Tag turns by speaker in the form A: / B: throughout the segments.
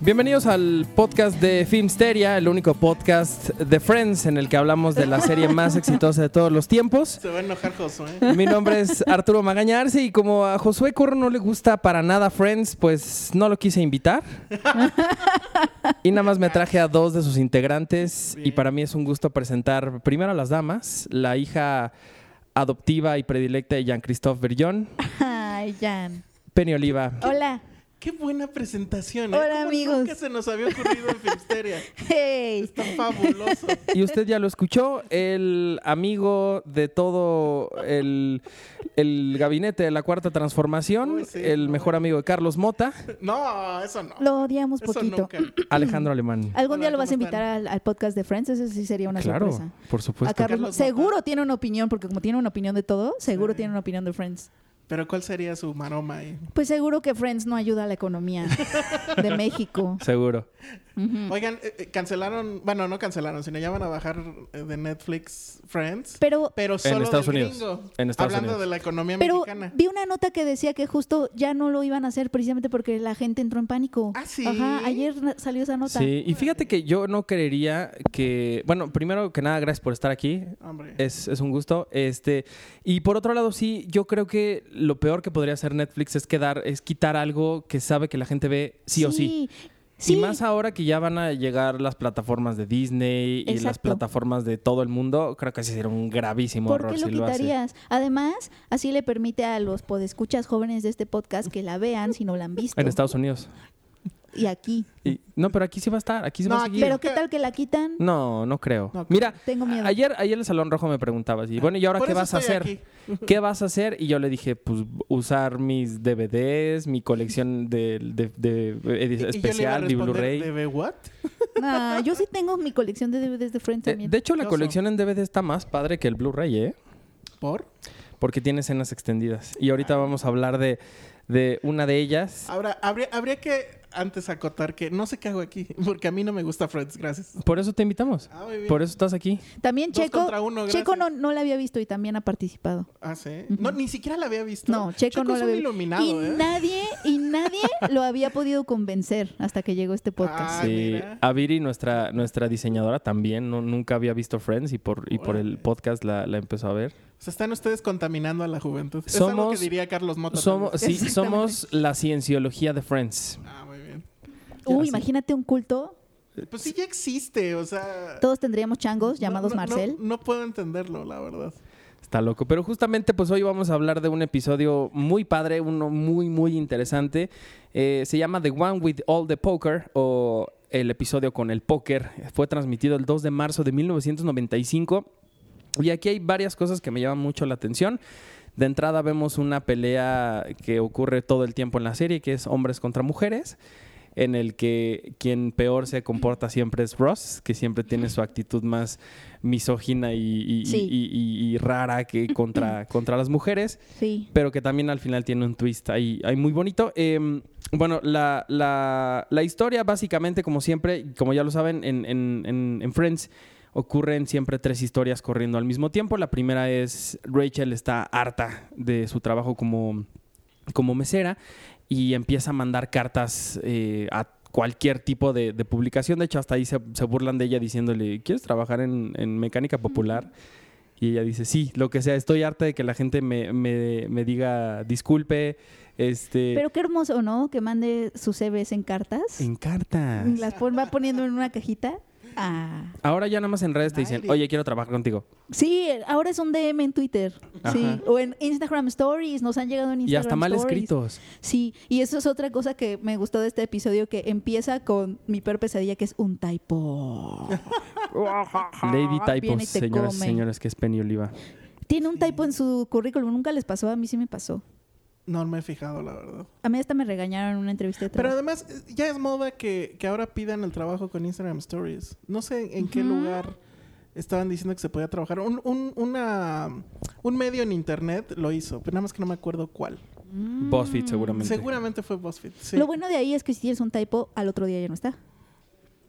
A: Bienvenidos al podcast de Filmsteria, el único podcast de Friends en el que hablamos de la serie más exitosa de todos los tiempos.
B: Se va a enojar Josué.
A: Mi nombre es Arturo Magaña Arce y como a Josué Corro no le gusta para nada Friends, pues no lo quise invitar. Y nada más me traje a dos de sus integrantes y
B: Bien.
A: para mí es un gusto presentar primero a las damas, la hija adoptiva y predilecta de Jean-Christophe Berrión,
C: Ay, Jan.
A: Penny Oliva.
C: Hola.
B: Qué buena presentación. ¿eh?
C: Hola,
B: ¿Cómo
C: amigos.
B: Nunca se nos había ocurrido en Filmsteria.
C: Hey.
B: Está fabuloso.
A: Y usted ya lo escuchó, el amigo de todo el, el gabinete de la Cuarta Transformación,
B: Uy, sí,
A: el
B: no.
A: mejor amigo de Carlos Mota,
B: No, eso no.
C: Lo odiamos
B: eso
C: poquito.
B: nunca.
A: Alejandro Alemán.
C: Algún
B: Hola,
C: día lo vas a
B: ¿cómo
C: invitar al, al podcast de Friends, eso sí sería una
A: Claro, pues
C: sorpresa.
A: por
C: a
A: supuesto.
C: Carlos,
B: Carlos
C: seguro
B: Mota.
C: tiene una opinión, porque como tiene una opinión de todo, seguro
B: Sí.
C: tiene una opinión de Friends.
B: Pero ¿cuál sería su maroma ahí?
C: Pues seguro que Friends no ayuda a la economía de México.
A: Seguro.
C: Ujú.
B: Oigan, eh, eh, cancelaron, bueno, no cancelaron, sino ya van a bajar eh, de Netflix Friends.
C: Pero,
B: Pero solo
A: Estados
B: del
A: Unidos.
B: gringo.
A: En Estados
B: Hablando
A: Unidos.
B: de la economía
C: pero
B: mexicana.
C: vi una nota que decía que justo ya no lo iban a hacer precisamente porque la gente entró en pánico.
B: Ah, ¿sí?
C: Ajá, ayer na- salió esa nota.
A: Sí, y fíjate que yo no creería que, bueno, primero que nada, gracias por estar aquí.
B: Hombre.
A: Es, es un gusto. Este, y por otro lado, sí, yo creo que lo peor que podría hacer Netflix es quedar, es quitar algo que sabe que la gente ve sí. o sí.
C: Sí.
A: Y más ahora que ya van a llegar las plataformas de Disney y las
C: Exacto.
A: plataformas de todo el mundo, creo que ese sería un gravísimo
C: ¿Por
A: error
C: qué
A: si
C: lo
A: lo hace.
C: quitarías? Además, así le permite a los podescuchas jóvenes de este podcast que la vean si no la han visto.
A: En Estados Unidos.
C: Y aquí.
A: Y- no, pero aquí sí va a estar, aquí sí
B: No,
A: va a
B: aquí-
A: seguir.
C: Pero ¿qué tal que la quitan?
A: No, no creo.
B: No creo.
A: Mira,
C: Tengo miedo.
A: ayer, ayer el Salón Rojo me preguntaba, y bueno, ¿y ahora
B: Por
A: qué
B: eso
A: vas a
B: estoy
A: hacer?
B: aquí.
A: ¿Qué vas a hacer? Y yo le dije, pues usar mis DVDs, mi colección de, de- de edi-
B: Y- y yo le iba a
A: especial, de
B: responder,
A: Blu-ray.
B: ¿De
A: Eh,
B: ve what?
C: Ah, yo sí tengo mi colección de DVDs de Friends
A: Eh, De,
C: también.
A: hecho, la
B: Oso.
A: colección en DVD está más padre que el Blu-ray, ¿eh?
B: ¿Por?
A: Porque tiene escenas extendidas. Y ahorita vamos a hablar de, de una de ellas.
B: Ahora, habría, habría que antes acotar que no sé qué hago aquí, porque a mí no me gusta Friends, gracias.
A: Por eso te invitamos.
B: Ah, muy bien.
A: Por eso estás aquí.
C: también
B: Dos
C: Checo,
B: contra uno,
C: Checo no,
B: gracias.
C: no la había visto y también ha participado.
B: Ah, sí. No, ni siquiera la había visto.
C: No, Checo, no
B: es
C: la
B: un
C: había visto.
B: iluminado,
C: y
B: ¿eh?
C: nadie, y nadie lo había podido convencer hasta que llegó este podcast.
B: Ah,
A: sí,
B: mira.
A: Aviri, nuestra, nuestra diseñadora, también no, nunca había visto Friends y por, y por el podcast la, la empezó a ver.
B: O sea, están ustedes contaminando a la juventud. es algo que
A: Somos-
B: diría Carlos Mota. tal
A: Somos,
B: vez.
A: sí,
C: Exactamente.
A: somos la cienciología de Friends.
B: Ah, muy bien.
C: Uy, imagínate un culto.
B: Pues sí, ya existe, o sea.
C: Todos tendríamos
B: no-
C: changos
B: no-
C: llamados
B: no-
C: Marcel.
B: No, puedo entenderlo, la verdad.
A: Está loco. Pero justamente, pues hoy vamos a hablar de un episodio muy padre, uno muy, muy interesante. Eh, se llama The One with All the Poker o el episodio con el póker. Fue transmitido el 2 de marzo de 1995. Y aquí hay varias cosas que me llaman mucho la atención. De entrada vemos una pelea que ocurre todo el tiempo en la serie, que es hombres contra mujeres, en el que quien peor se comporta siempre es Ross, que siempre tiene su actitud más misógina y, y-
C: Sí.
A: y- y- y rara que contra, contra las mujeres,
C: Sí.
A: pero que también al final tiene un twist ahí, ahí muy bonito. Eh, bueno, la, la- la historia básicamente, como siempre, como ya lo saben, en, en- en- en Friends ocurren siempre tres historias corriendo al mismo tiempo. La primera es Rachel está harta de su trabajo como, como mesera y empieza a mandar cartas eh, a cualquier tipo de, de publicación. De hecho, hasta ahí se, se burlan de ella diciéndole, ¿quieres trabajar en, en mecánica popular? Y ella dice, sí, lo que sea, estoy harta de que la gente me, me- me diga disculpe. Este,
C: Pero qué hermoso, ¿no? Que mande sus CVs en cartas.
A: en cartas.
C: Las pon- va poniendo en una cajita. Ah.
A: Ahora ya nada más en redes te dicen,
B: Aire.
A: oye, quiero trabajar contigo.
C: Sí, ahora es un DM en Twitter.
A: Ajá.
C: Sí. O en Instagram Stories. Nos han llegado en Instagram
A: y hasta mal
C: Stories.
A: escritos.
C: Sí. Y eso es otra cosa que me gustó de este episodio que empieza con mi peor pesadilla, que es un typo.
A: Lady
C: Viene
A: Typos,
C: y te
A: señoras y
C: come.
A: señores, que es Penny Oliva.
C: Tiene un typo en su currículum. Nunca les pasó. A mí sí me pasó.
B: No me he fijado, la verdad.
C: A mí hasta me regañaron en una entrevista de
B: Pero
C: trabajo.
B: además, eh, ya es moda que, que ahora pidan el trabajo con Instagram Stories. No sé en qué
C: Ujú.
B: lugar estaban diciendo que se podía trabajar. Un, un, una, un medio en internet lo hizo, pero nada más que no me acuerdo cuál.
C: Mm.
A: BuzzFeed seguramente.
B: Seguramente fue BuzzFeed. Sí.
C: Lo bueno de ahí es que si tienes un typo, al otro día ya no está.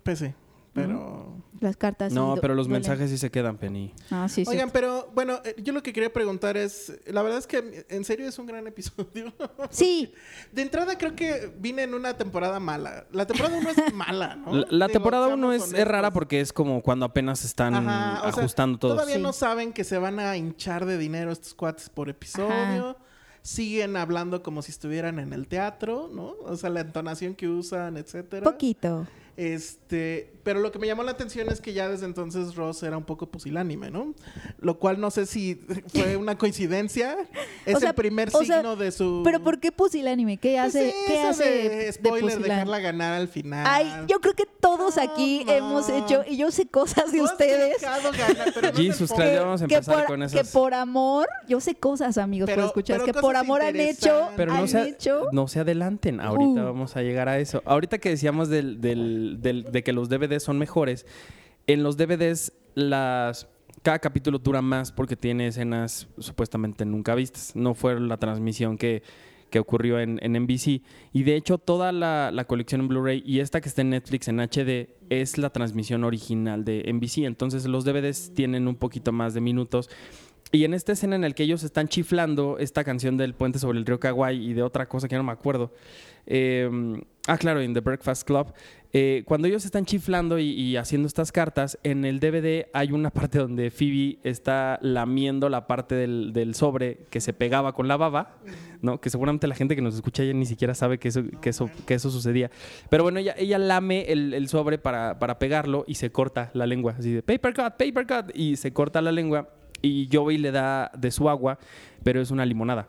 B: PC. Pues pero...
C: Las cartas.
A: No,
C: y do-
A: pero los
C: duelen.
A: mensajes sí se quedan, Penny.
C: Ah, sí, sí.
B: Oigan, pero bueno, eh, yo lo que quería preguntar es, la verdad es que en serio es un gran episodio.
C: Sí,
B: De entrada creo que vine en una temporada mala. La temporada 1 es mala, ¿no?
A: La, la
B: Digo,
A: temporada
B: seamos
A: 1 es, es
B: honestos.
A: rara porque es como cuando apenas están
B: Ajá, o sea,
A: ajustando todo.
B: Todavía
C: Sí.
B: no saben que se van a hinchar de dinero estos cuates por episodio.
C: Ajá.
B: Siguen hablando como si estuvieran en el teatro, ¿no? O sea, la entonación que usan, etcétera.
C: poquito.
B: Este, pero lo que me llamó la atención es que ya desde entonces Ross era un poco pusilánime, ¿no? Lo cual no sé si fue una coincidencia. Es
C: O sea,
B: el primer
C: o
B: signo
C: sea,
B: de su
C: Pero ¿por qué pusilánime? ¿Qué
B: Pues
C: hace?
B: sí,
C: ¿Qué
B: eso
C: hace?
B: de
C: de
B: spoiler
C: pusilán-
B: dejarla ganar al final?
C: Ay, yo creo que todos aquí
B: Come
C: hemos
B: on.
C: hecho, y yo sé cosas de
B: Tú has
C: ustedes.
B: dejado ganar, pero no te
A: Jesus
B: pongas-
A: Christ, ya vamos a
C: que
A: empezar
C: por,
A: con
C: que
A: esas.
C: por amor, yo sé cosas, amigos,
B: Pero-
C: por escuchar,
B: pero
C: que por
B: cosas
C: amor han hecho,
B: interesantes.
A: Pero
C: han
A: no se,
C: hecho.
A: no se adelanten. Ahorita
C: Uh.
A: vamos a llegar a eso. Ahorita que decíamos del, del- del- de que los DVDs son mejores, en los DVDs las, cada capítulo dura más porque tiene escenas supuestamente nunca vistas. No fue la transmisión que, que ocurrió en, en NBC. Y de hecho toda la, la colección en Blu-ray y esta que está en Netflix en HD es la transmisión original de NBC. Entonces los DVDs tienen un poquito más de minutos. Y en esta escena en la que ellos están chiflando esta canción del puente sobre el río Kawaii y de otra cosa que ya no me acuerdo. eh, ah, claro, en The Breakfast Club. eh, cuando ellos están chiflando y, y haciendo estas cartas, en el DVD hay una parte donde Phoebe está lamiendo la parte del, del sobre que se pegaba con la baba, ¿no? Que seguramente la gente que nos escucha ya ni siquiera sabe que eso, que eso, que eso sucedía. Pero bueno, ella, ella lame el, el sobre para, para pegarlo y se corta la lengua. Así de paper cut, paper cut. Y se corta la lengua y Joey le da de su agua, pero es una limonada.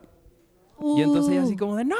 A: Y entonces ella así
C: Uh,
A: como de no,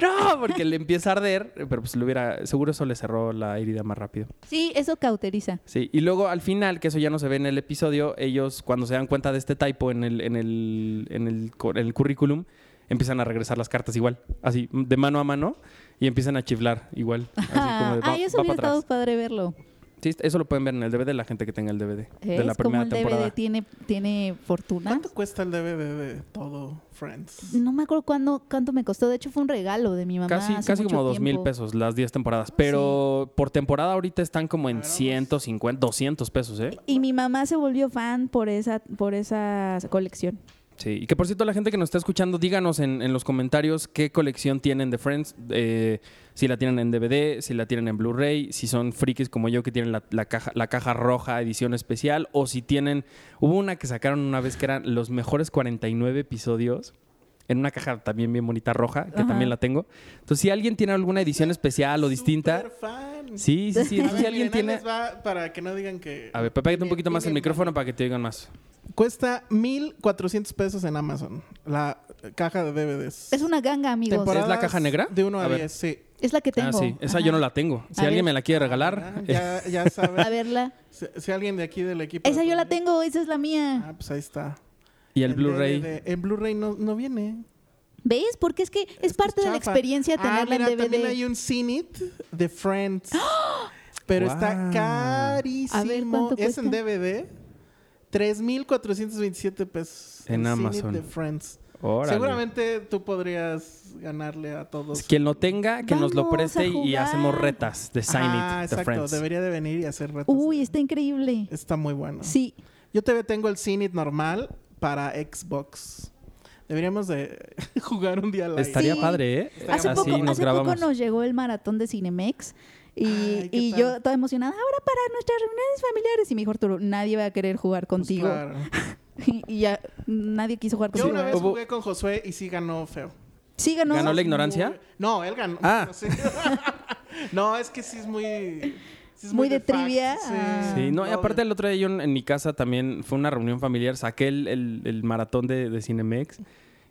A: no, porque le empieza a arder, pero pues le hubiera, seguro eso le cerró la herida más rápido.
C: Sí, eso cauteriza.
A: Sí, y luego al final, que eso ya no se ve en el episodio, ellos cuando se dan cuenta de este typo en el, en el, en el, cu- en el currículum, empiezan a regresar las cartas igual, así de mano a mano, y empiezan a chiflar igual. Así como de, va,
C: Ay, eso
A: va
C: hubiera
A: para
C: estado
A: atrás.
C: padre verlo.
A: Sí, eso lo pueden ver en el DVD, la gente que tenga el DVD de
C: es
A: la primera
C: como el
A: temporada.
C: DVD tiene, tiene fortuna.
B: ¿Cuánto cuesta el DVD de todo Friends?
C: No me acuerdo cuándo, cuánto me costó. De hecho, fue un regalo de mi mamá.
A: Casi,
C: hace
A: casi
C: mucho
A: como dos mil
C: tiempo.
A: pesos las 10 temporadas. Pero por temporada ahorita están como en
B: Claro.
A: 150, 200 pesos, ¿eh?
C: Y mi mamá se volvió fan por esa, por esa colección.
A: Sí. Y que por cierto, la gente que nos está escuchando, díganos en, en los comentarios qué colección tienen de Friends. eh, si la tienen en DVD, si la tienen en Blu-ray, si son frikis como yo que tienen la, la caja, la caja roja edición especial, o si tienen. Hubo una que sacaron una vez que eran los mejores 49 episodios. En una caja también bien bonita roja, que
C: Ajá.
A: también la tengo. Entonces, si alguien tiene alguna edición especial o Ah, distinta,
B: Super fan.
A: Sí, sí, sí.
B: A
A: Entonces,
B: ver,
A: si alguien
B: miren, ahí
A: tiene.
B: les va para que no digan que.
A: A ver, papá, un
B: Miren,
A: poquito más el
B: miren,
A: micrófono para que te oigan más.
B: Cuesta 1400 pesos en Amazon. La eh, caja de DVDs.
C: Es una ganga, amigos.
A: ¿Es
B: Temporadas
A: la caja negra?
B: De 1 a,
A: A ver.
B: 10, sí.
C: Es la que tengo.
A: Ah, sí. Esa
C: Ajá.
A: yo no la tengo. Si
C: A
A: alguien
C: ver.
A: me la quiere regalar. eh,
B: Ah, Ya, ya
C: A
B: saben.
C: verla.
B: si, si alguien de aquí del equipo.
C: Esa yo la tengo, esa es la mía.
B: Ah, pues ahí está.
A: Y el Blu-ray.
B: DVD. El Blu-ray no, no viene.
C: ¿Ves? Porque es que es,
B: que
C: parte de la
B: chafa.
C: experiencia
B: ah,
C: tenerla
B: mira,
C: en
B: También
C: DVD.
B: hay un Cinit de Friends. Pero está
A: Guau.
B: carísimo.
C: A ver, ¿cuánto
B: es en
C: cuesta?
B: DVD. 3.427 pesos.
A: En
B: el Cine
A: Amazon.
B: de Friends.
A: Órale.
B: Seguramente tú podrías ganarle a todos.
A: Quien lo tenga, que nos lo
C: Vamos a
A: preste y
C: jugar.
A: hacemos retas de Sign
B: ah,
A: It, The
B: exacto.
A: Friends.
B: Debería de venir y hacer retos.
C: Uy, está increíble.
B: Está muy bueno.
C: Sí.
B: Yo te tengo el Cinit normal para Xbox. Deberíamos de jugar un día al aire.
A: Estaría
C: Sí.
A: padre, ¿eh?
B: Estaría
C: Hace,
B: Así
C: poco,
A: nos
C: hace
A: grabamos.
C: poco nos llegó el maratón de Cinemex y,
B: Ay, ¿qué
C: y
B: tal?
C: yo toda emocionada. Ahora para nuestras reuniones familiares. Y me dijo Arturo, nadie va a querer jugar
B: Pues
C: contigo.
B: claro.
C: y ya nadie quiso jugar
B: Yo
C: contigo.
B: una vez
A: Hubo-
B: jugué con Josué y sí ganó feo.
C: Sí, ganó.
A: Ganó la ignorancia.
B: Muy- No, él ganó.
A: Ah.
B: No, sé. No, es que sí es muy. sí es
C: Muy de trivia.
B: facts,
C: Ah.
A: Sí, no, y
B: No,
A: aparte
B: de-
A: el otro día yo en, en mi casa también fue una reunión familiar, saqué el, el- el maratón de, de Cinemex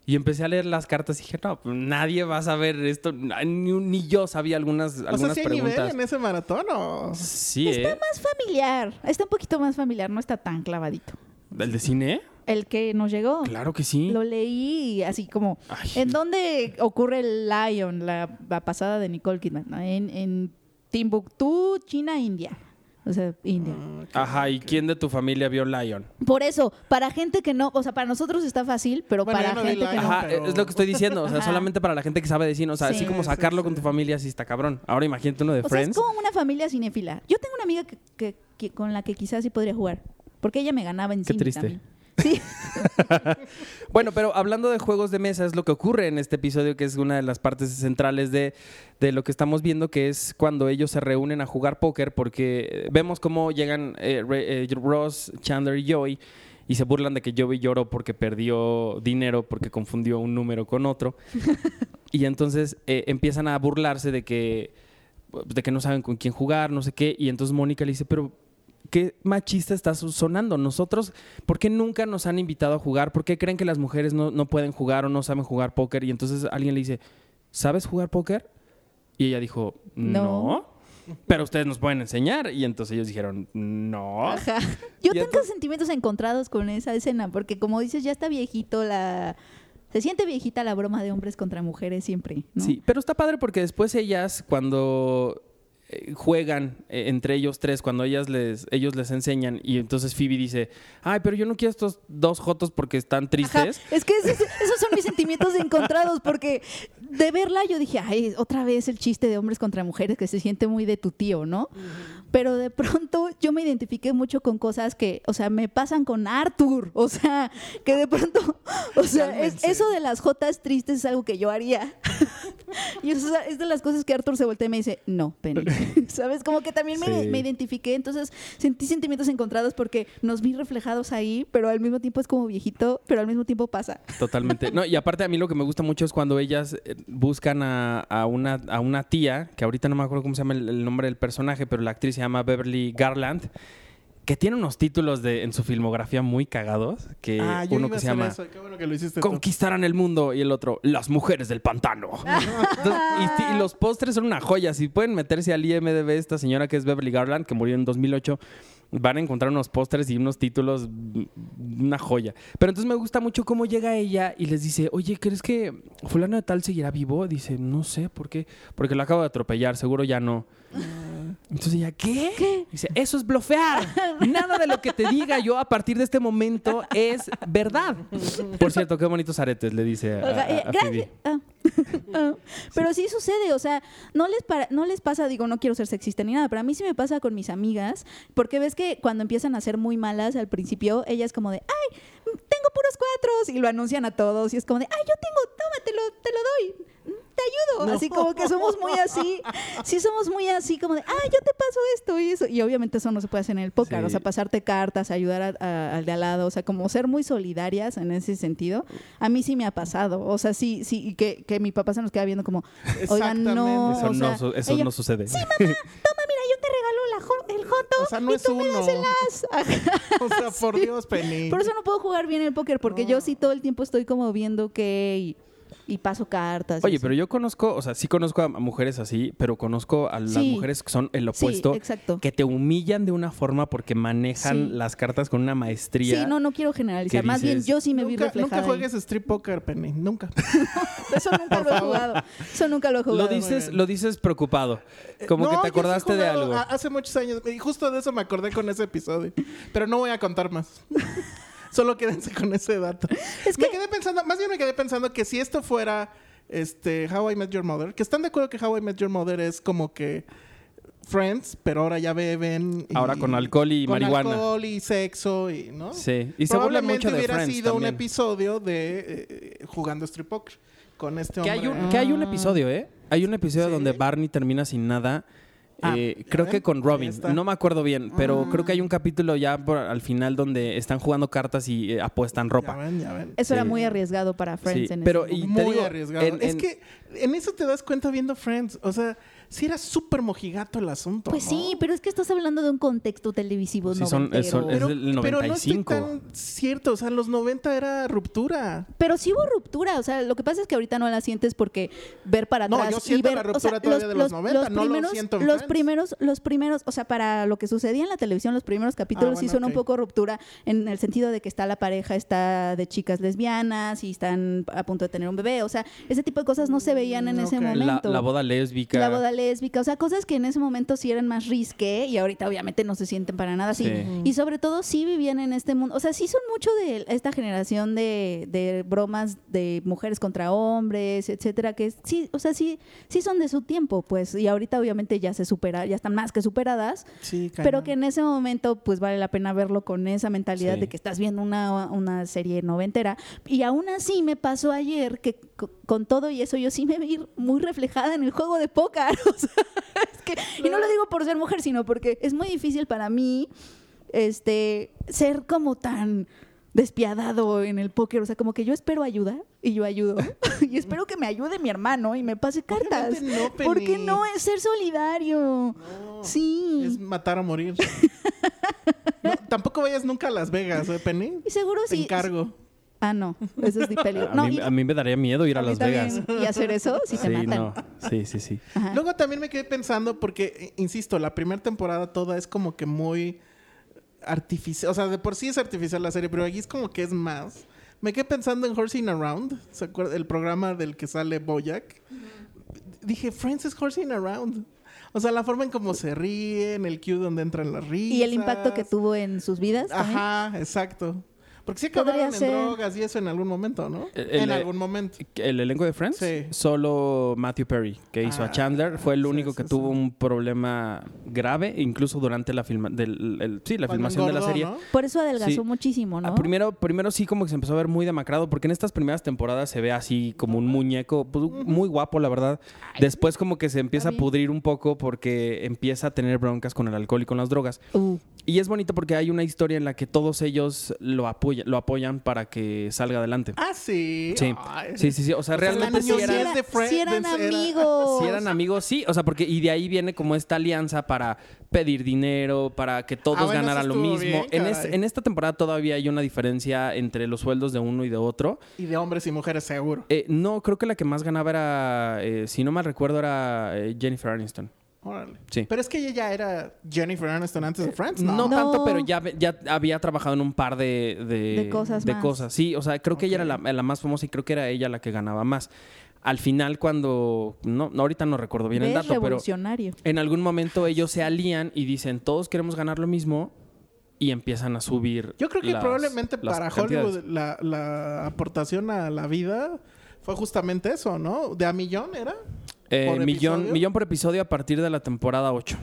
A: y empecé a leer las cartas y dije, no, pues, nadie va a saber esto, na- ni, ni yo sabía algunas,
B: O sea,
A: algunas
B: ¿sí hay nivel
A: preguntas.
B: en ese maratón o.
A: Sí, ¿eh?
C: Más familiar. Está un poquito más familiar, no está tan clavadito.
A: ¿El de cine?
C: El que nos llegó.
A: Claro que sí.
C: Lo leí y así como.
A: Ay.
C: ¿En dónde ocurre el Lion, la, la pasada de Nicole Kidman? En, en Timbuktu, China, India. O sea, India.
A: Ah.
B: Ah,
A: Ajá, ¿y quién de tu familia vio Lion?
C: Por eso, para gente que no, o sea, para nosotros está fácil, pero
B: Bueno,
C: para
B: yo no vi
C: gente que
B: Lion.
C: no.
A: Ajá,
B: pero-
A: es lo que estoy diciendo. O sea,
C: Ajá.
A: solamente para la gente que sabe de cine. O sea,
C: Sí.
A: así como
B: Sí,
A: sacarlo
B: sí,
A: con tu
B: sí.
A: familia, sí está cabrón. Ahora imagínate uno de
C: O sea, es
A: Friends.
C: como una familia cinéfila. Yo tengo una amiga que, que- que- con la que quizás sí podría jugar, porque ella me ganaba en
A: Qué
C: cine
A: triste.
C: también. Sí.
A: Bueno, pero hablando de juegos de mesa, es lo que ocurre en este episodio, que es una de las partes centrales de, de lo que estamos viendo, que es cuando ellos se reúnen a jugar póker, porque eh, vemos cómo llegan eh, Re- eh, Ross, Chandler y Joey, y se burlan de que Joey lloró porque perdió dinero, porque confundió un número con otro. y entonces eh, empiezan a burlarse de que, de que no saben con quién jugar, no sé qué, y entonces Mónica le dice, pero... ¿Qué machista estás sonando? Nosotros ¿Por qué nunca nos han invitado a jugar? ¿Por qué creen que las mujeres no, no pueden jugar o no saben jugar póker? Y entonces alguien le dice, ¿sabes jugar póker? Y ella dijo, no.
C: No.
A: Pero ustedes nos pueden enseñar. Y entonces ellos dijeron, no.
C: Ajá. Yo
A: ¿Ah? Y
C: tengo
A: entonces-
C: sentimientos encontrados con esa escena, porque como dices, ya está viejito la... Se siente viejita la broma de hombres contra mujeres siempre, ¿no?
A: Sí, pero está padre porque después ellas, cuando eh, juegan eh, entre ellos tres, cuando ellas les, ellos les enseñan, y entonces Phoebe dice, ay, pero yo no quiero estos dos jotos porque están
C: Ajá.
A: tristes.
C: Es que esos, esos son mis sentimientos encontrados, porque de verla yo dije, ay, otra vez el chiste de hombres contra mujeres que se siente muy de tu tío, ¿no? Pero de pronto yo me identifiqué mucho con cosas que, o sea, me pasan con Arthur, o sea, que de pronto, o sea, es-
B: Cálmense.
C: eso de las jotas tristes es algo que yo haría. y eso es de las cosas que Arthur se voltea y me dice, no, Penny. ¿Sabes? Como que también me,
A: Sí.
C: me identifiqué, entonces sentí sentimientos encontrados porque nos vi reflejados ahí, pero al mismo tiempo es como viejito, pero al mismo tiempo pasa.
A: Totalmente. No, y aparte a mí lo que me gusta mucho es cuando ellas eh, buscan a, a una, a una tía, que ahorita no me acuerdo cómo se llama el, el nombre del personaje, pero la actriz se llama Beverly Garland, que tiene unos títulos de, en su filmografía muy cagados, que
B: Ah, yo
A: uno
B: iba
A: que
B: a
A: se
B: hacer
A: llama
B: eso. Qué bueno que lo hiciste. tú.
A: Conquistarán el mundo y el otro, Las mujeres del pantano. Entonces, y, ti- y los postres son una joya. Si pueden meterse al IMDB, esta señora que es Beverly Garland, que murió en 2008, van a encontrar unos pósters y unos títulos, mm, una joya. Pero entonces me gusta mucho cómo llega ella y les dice, oye, ¿crees que fulano de tal seguirá vivo? Dice, no sé, ¿por qué? Porque lo acabo de atropellar, seguro ya no.
C: Ah.
A: Entonces ella, ¿qué? Dice, eso es blofear. Nada de lo que te diga yo a partir de este momento es verdad. Por cierto, qué bonitos aretes, le dice a,
C: Ajá,
A: a-
C: eh,
A: a
C: gracias.
A: Phoebe.
C: Ah. Ah. Pero sí sucede, o sea, no les, para- no les pasa, digo, no quiero ser sexista ni nada, pero a mí sí me pasa con mis amigas, porque ves que cuando empiezan a ser muy malas al principio, ellas como de, ay, tengo puros cuatros, y lo anuncian a todos, y es como de, ay, yo tengo, toma, te lo, te lo doy, te ayudo, así como que somos muy así, sí somos muy así, como de, ay, yo te paso esto y eso, y obviamente eso no se puede hacer en el póker,
A: Sí.
C: o sea, pasarte cartas, ayudar a- a- al de al lado, o sea, como ser muy solidarias en ese sentido, a mí sí me ha pasado, o sea, sí, sí, y que, que mi papá se nos queda viendo como, oigan, no,
A: Eso,
C: o sea,
A: no, su- eso
C: ella,
A: no sucede.
C: toma, mira, yo te regalo la jo- el joto
B: O sea, no
C: y
B: es
C: tú me das
B: uno.
C: el as. Ajá.
B: O sea, por Dios, Penny.
C: Por eso no puedo jugar bien el póker, porque yo sí todo el tiempo estoy como viendo qué y, y paso cartas. y
A: Oye,
C: así.
A: pero yo conozco, o sea, sí conozco a mujeres así, pero conozco a las
C: Sí.
A: mujeres que son el
C: Sí,
A: opuesto,
C: exacto.
A: que te humillan de una forma porque manejan
C: Sí.
A: las cartas con una maestría.
C: Sí, no, no quiero generalizar.
A: ¿Qué
C: Más bien,
A: dices?
C: yo sí me vi
B: nunca,
C: reflejada.
B: nunca
C: ahí.
B: juegues strip poker, Penny. Nunca.
C: Eso nunca lo he jugado. Eso nunca lo he jugado.
A: Lo dices,
B: bien.
A: lo dices preocupado, como que te
B: Eh, No, yo sí he
A: acordaste de
B: jugado
A: algo.
B: a- Hace muchos años. Y justo de eso me acordé con ese episodio. Pero no voy a contar más. Solo quédense con ese dato.
C: Es
B: Me
C: que-
B: quedé pensando, más bien me quedé pensando que si esto fuera este How I Met Your Mother, que están de acuerdo que How I Met Your Mother es como que Friends, pero ahora ya beben. y-
A: Ahora con alcohol y
B: con
A: marihuana.
B: alcohol y sexo y, ¿no?
A: Sí, y se burlan
B: Probablemente
A: mucho de
B: hubiera
A: Friends
B: sido un
A: también.
B: episodio de eh, jugando strip poker con este
A: Que
B: hombre.
A: hay, un, que
C: Ah.
A: hay un episodio, ¿eh? Hay un episodio
B: Sí.
A: donde Barney termina sin nada.
B: Ah,
A: eh,
B: ya
A: creo
B: ven,
A: que con
B: ahí
A: Robin,
B: está.
A: no me acuerdo bien,
C: Ah.
A: pero creo que hay un capítulo ya por- al final donde están jugando cartas y eh, apuestan
B: Ya
A: ropa.
B: ven, ya ven.
C: Eso era
A: Sí.
C: muy arriesgado para Friends
A: Sí,
C: en ese
A: pero
C: momento.
A: y te
B: Muy
A: digo,
B: arriesgado.
A: en-
B: es
A: en-
B: que en eso te das cuenta viendo Friends. O sea, si era súper mojigato el asunto.
C: Pues
B: ¿no?
C: sí, pero es que estás hablando de un contexto televisivo
A: Sí, son- eh,
C: noventero.
A: son- es
B: Pero,
A: del
B: pero no estoy
A: 95.
B: tan cierto. O sea, en los 90 era ruptura.
C: Pero sí hubo ruptura, o sea, lo que pasa es que ahorita no la sientes porque ver para
B: No,
C: atrás
B: yo
C: y
B: siento
C: ver
B: la ruptura todavía de los 90, no lo siento en
C: los
B: Friends.
C: primeros, los primeros, o sea, para lo que sucedía en la televisión, los primeros capítulos
B: Ah,
C: sí
B: bueno,
C: son un
B: ok.
C: poco ruptura en el sentido de que está la pareja, está de chicas lesbianas y están a punto de tener un bebé. O sea, ese tipo de cosas no se veían en
B: Mm,
C: ese
B: ok. La-
A: La,
C: momento.
A: la boda lésbica.
C: La boda lésbica, o sea, cosas que en ese momento sí eran más risque y ahorita obviamente no se sienten para nada así.
A: Sí.
C: Y sobre todo sí vivían en este mundo, o sea, sí son mucho de esta generación de, de bromas de mujeres contra hombres, etcétera, que es- sí, o sea, sí, sí son de su tiempo, pues, y ahorita obviamente ya se supera, ya están más que superadas,
B: Sí,
C: pero
B: cañón.
C: que en ese momento pues vale la pena verlo con esa mentalidad
A: Sí.
C: de que estás viendo una, una serie noventera. Y aún así me pasó ayer que co- con todo y eso yo sí me vi muy reflejada en el juego de póker. O sea, es que- y no lo digo por ser mujer, sino porque es muy difícil para mí este, ser como tan despiadado en el póker, o sea, como que yo espero ayuda y yo ayudo y espero que me ayude mi hermano y me pase cartas.
B: Obviamente no,
C: ¿Por qué
B: Penny.
C: no es ser solidario?
B: No.
C: Sí.
B: Es matar o morir. No, tampoco vayas nunca a Las Vegas, ¿eh, Penny?
C: Y seguro
B: Te
C: sí.
B: encargo.
C: Ah, no, eso es de peligro.
A: A,
C: No,
A: mí,
C: y-
A: a mí me daría miedo ir a,
C: a mí
A: Las
C: también.
A: Vegas.
C: Y hacer eso si te
A: Sí,
C: matan.
A: no. Sí, sí, sí.
C: Ajá.
B: Luego también me quedé pensando, porque, eh, insisto, la primera temporada toda es como que muy artificial. O sea, de por sí es artificial la serie, pero aquí es como que es más. Me quedé pensando en Horsing Around, ¿se acuerda? El programa del que sale Boyack. Dije, Friends es Horsing Around. O sea, la forma en cómo se ríen, el cue donde entran las risas.
C: Y el impacto que tuvo en sus vidas. también.
B: Ajá, exacto. Porque sí
C: Podría
B: acabaron en
C: ser.
B: drogas y eso en algún momento, ¿no?
A: El- eh,
B: en
A: el-
B: algún momento.
A: ¿El elenco de Friends?
B: Sí.
A: Solo Matthew Perry, que hizo a
B: Ah,
A: Chandler, fue el
B: sí,
A: único que
B: sí,
A: tuvo
B: sí.
A: un problema grave, incluso durante la, filma- del, el- sí, la
B: Cuando
A: filmación de la
B: engordó,
A: serie.
B: ¿no?
C: Por eso adelgazó
A: Sí.
C: muchísimo, ¿no?
A: Ah, primero, primero sí como que se empezó a ver muy demacrado, porque en estas primeras temporadas se ve así como un muñeco, pues, muy guapo, la verdad. Después como que se empieza a
C: Está bien.
A: pudrir un poco porque empieza a tener broncas con el alcohol y con las drogas.
C: Uh,
A: Y es bonito porque hay una historia en la que todos ellos lo, apoya- lo apoyan para que salga adelante.
B: Ah, pues sí.
A: Sí.
B: Ay.
A: Sí, sí, sí. O sea,
B: O sea, la
A: realmente sí
B: niñez
A: eran,
B: era- de Friends,
C: si eran
B: era-
C: amigos.
A: sí
B: Pues,
A: eran amigos, sí. O sea, porque y de ahí viene como esta alianza para pedir dinero, para que todos
B: Ah, bueno,
A: ganaran
B: eso
A: lo
B: estuvo
A: mismo.
B: bien,
A: en, es-
B: caray.
A: en esta temporada todavía hay una diferencia entre los sueldos de uno y de otro.
B: Y de hombres y mujeres, seguro.
A: Eh, no, creo que la que más ganaba era, eh, si no mal recuerdo, era eh, Jennifer Aniston.
B: Órale.
A: Sí. Eh,
B: Pero es que ella ya era Jennifer Aniston antes de Friends,
A: No,
B: ¿no?
C: No.
A: tanto, pero ya, ve- ya había trabajado en un par de, de,
C: De cosas más.
A: cosas. Sí, o sea, creo que ella era la, la más famosa y creo que era ella la que ganaba más. Al final, cuando. No, no, ahorita no recuerdo bien el
C: ¿ves?
A: dato, pero
C: revolucionario.
A: en algún momento ellos se alían y dicen, todos queremos ganar lo mismo y empiezan a subir.
B: Yo creo que
A: las-
B: probablemente
A: las
B: para
A: cantidades.
B: Hollywood la, la aportación a la vida fue justamente eso, ¿no? De a millón era.
A: Eh,
B: ¿Por
A: millón,
B: episodio?
A: millón por episodio a partir de la temporada 8.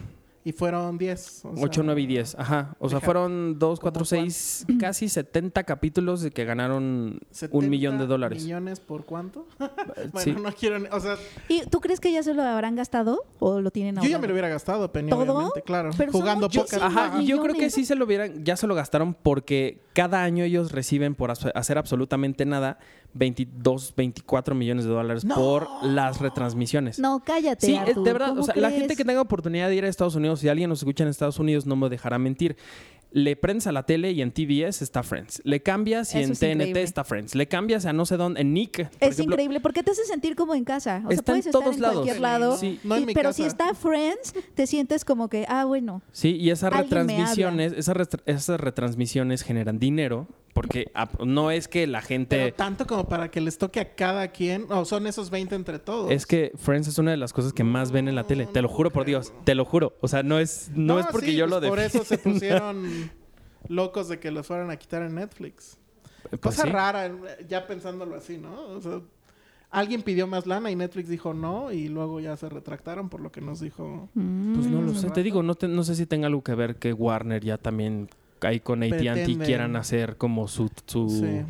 B: Y fueron 10. o sea,
A: 8, 9 y 10. Ajá. O sea,
B: fíjate.
A: fueron 2, 4,
B: Como
A: 6, casi 70 capítulos de que ganaron
B: 70
A: un millón de dólares. Eh,
B: millones por cuánto? bueno,
A: Sí.
B: no quiero... ni- O sea,
C: ¿Y tú crees que ya se lo habrán gastado o lo tienen
B: yo
C: ahora?
B: ya me lo hubiera gastado, Penny,
C: ¿Todo?
B: obviamente, claro.
C: Pero son
B: jugando
C: muchísimos.
B: póker.
A: Ajá, y yo creo que
C: millones.
A: sí se lo hubieran, ya se lo gastaron porque cada año ellos reciben por hace- hacer absolutamente nada 22, 24 millones de dólares por las retransmisiones.
C: No, cállate.
A: Sí, es
C: Arthur,
A: de verdad,
C: ¿cómo
A: o sea, la gente
C: crees?
A: que tenga oportunidad de ir a Estados Unidos, si alguien nos escucha en Estados Unidos, no me dejará mentir. Le prendes a la tele y en TBS está Friends. Le cambias y
C: Eso
A: en
C: es
A: TNT
C: increíble.
A: está Friends. Le cambias a no sé dónde, en Nick. por
C: Es
A: ejemplo.
C: increíble porque te hace sentir como en casa. O sea,
A: Está en
C: puedes estar
A: todos
C: en
A: lados.
C: cualquier lado.
A: Sí.
B: No en mi
C: pero
B: casa.
C: si está Friends, te sientes como que, ah, bueno,
A: Sí, y esas
C: Alguien me
A: retransmisiones, esas, retra- esas retransmisiones generan dinero porque ah, no es que la gente...
B: Pero tanto como para que les toque a cada quien. O son esos 20 entre todos.
A: Es que Friends es una de las cosas que más ven en la tele. Te lo juro por Dios, te lo juro. O sea, no es, no es porque
B: sí,
A: yo
B: pues
A: lo
B: Por eso se
A: defienda.
B: pusieron locos de que los fueran a quitar en Netflix.
A: Pues
B: Cosa
A: sí.
B: rara, eh, ya pensándolo así, ¿no? O sea, alguien pidió más lana y Netflix dijo no y luego ya se retractaron por lo que nos dijo.
A: Pues no lo
B: Mm.
A: sé. Te digo, no, te- no sé si tenga algo que ver que Warner ya también ahí con AT&T
B: Pretenden.
A: quieran hacer como su, su,
B: Sí.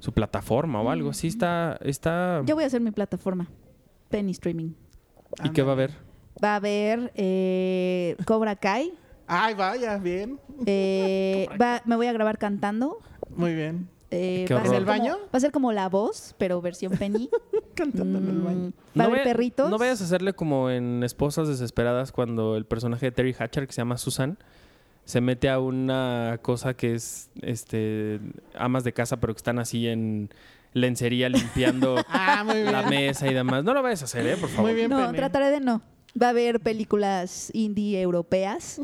A: su plataforma o algo. Sí está... está...
C: mm, yo voy a hacer mi plataforma. Penny Streaming.
A: ¿Y qué va a haber?
C: Va a haber eh, Cobra Kai.
B: Ay, vaya, bien.
C: eh, va- me voy a grabar cantando.
B: Muy bien.
C: eh,
A: Qué
C: va a
A: horror.
C: ser
B: ¿En el
C: como-
B: baño?
C: Va a ser como la voz, pero versión Penny.
B: Cantando en el baño.
C: Mm, Va a
A: No
C: haber
A: vaya-
C: perritos.
A: No vayas a hacerle como en Esposas Desesperadas cuando el personaje de Terry Hatcher, que se llama Susan, se mete a una cosa que es este amas de casa, pero que están así en lencería limpiando
B: Ah, muy bien.
A: la mesa y demás. No lo vayas a hacer, ¿eh? Por favor.
B: Muy bien,
C: No,
B: Penny.
C: trataré de no. Va a haber películas indie europeas,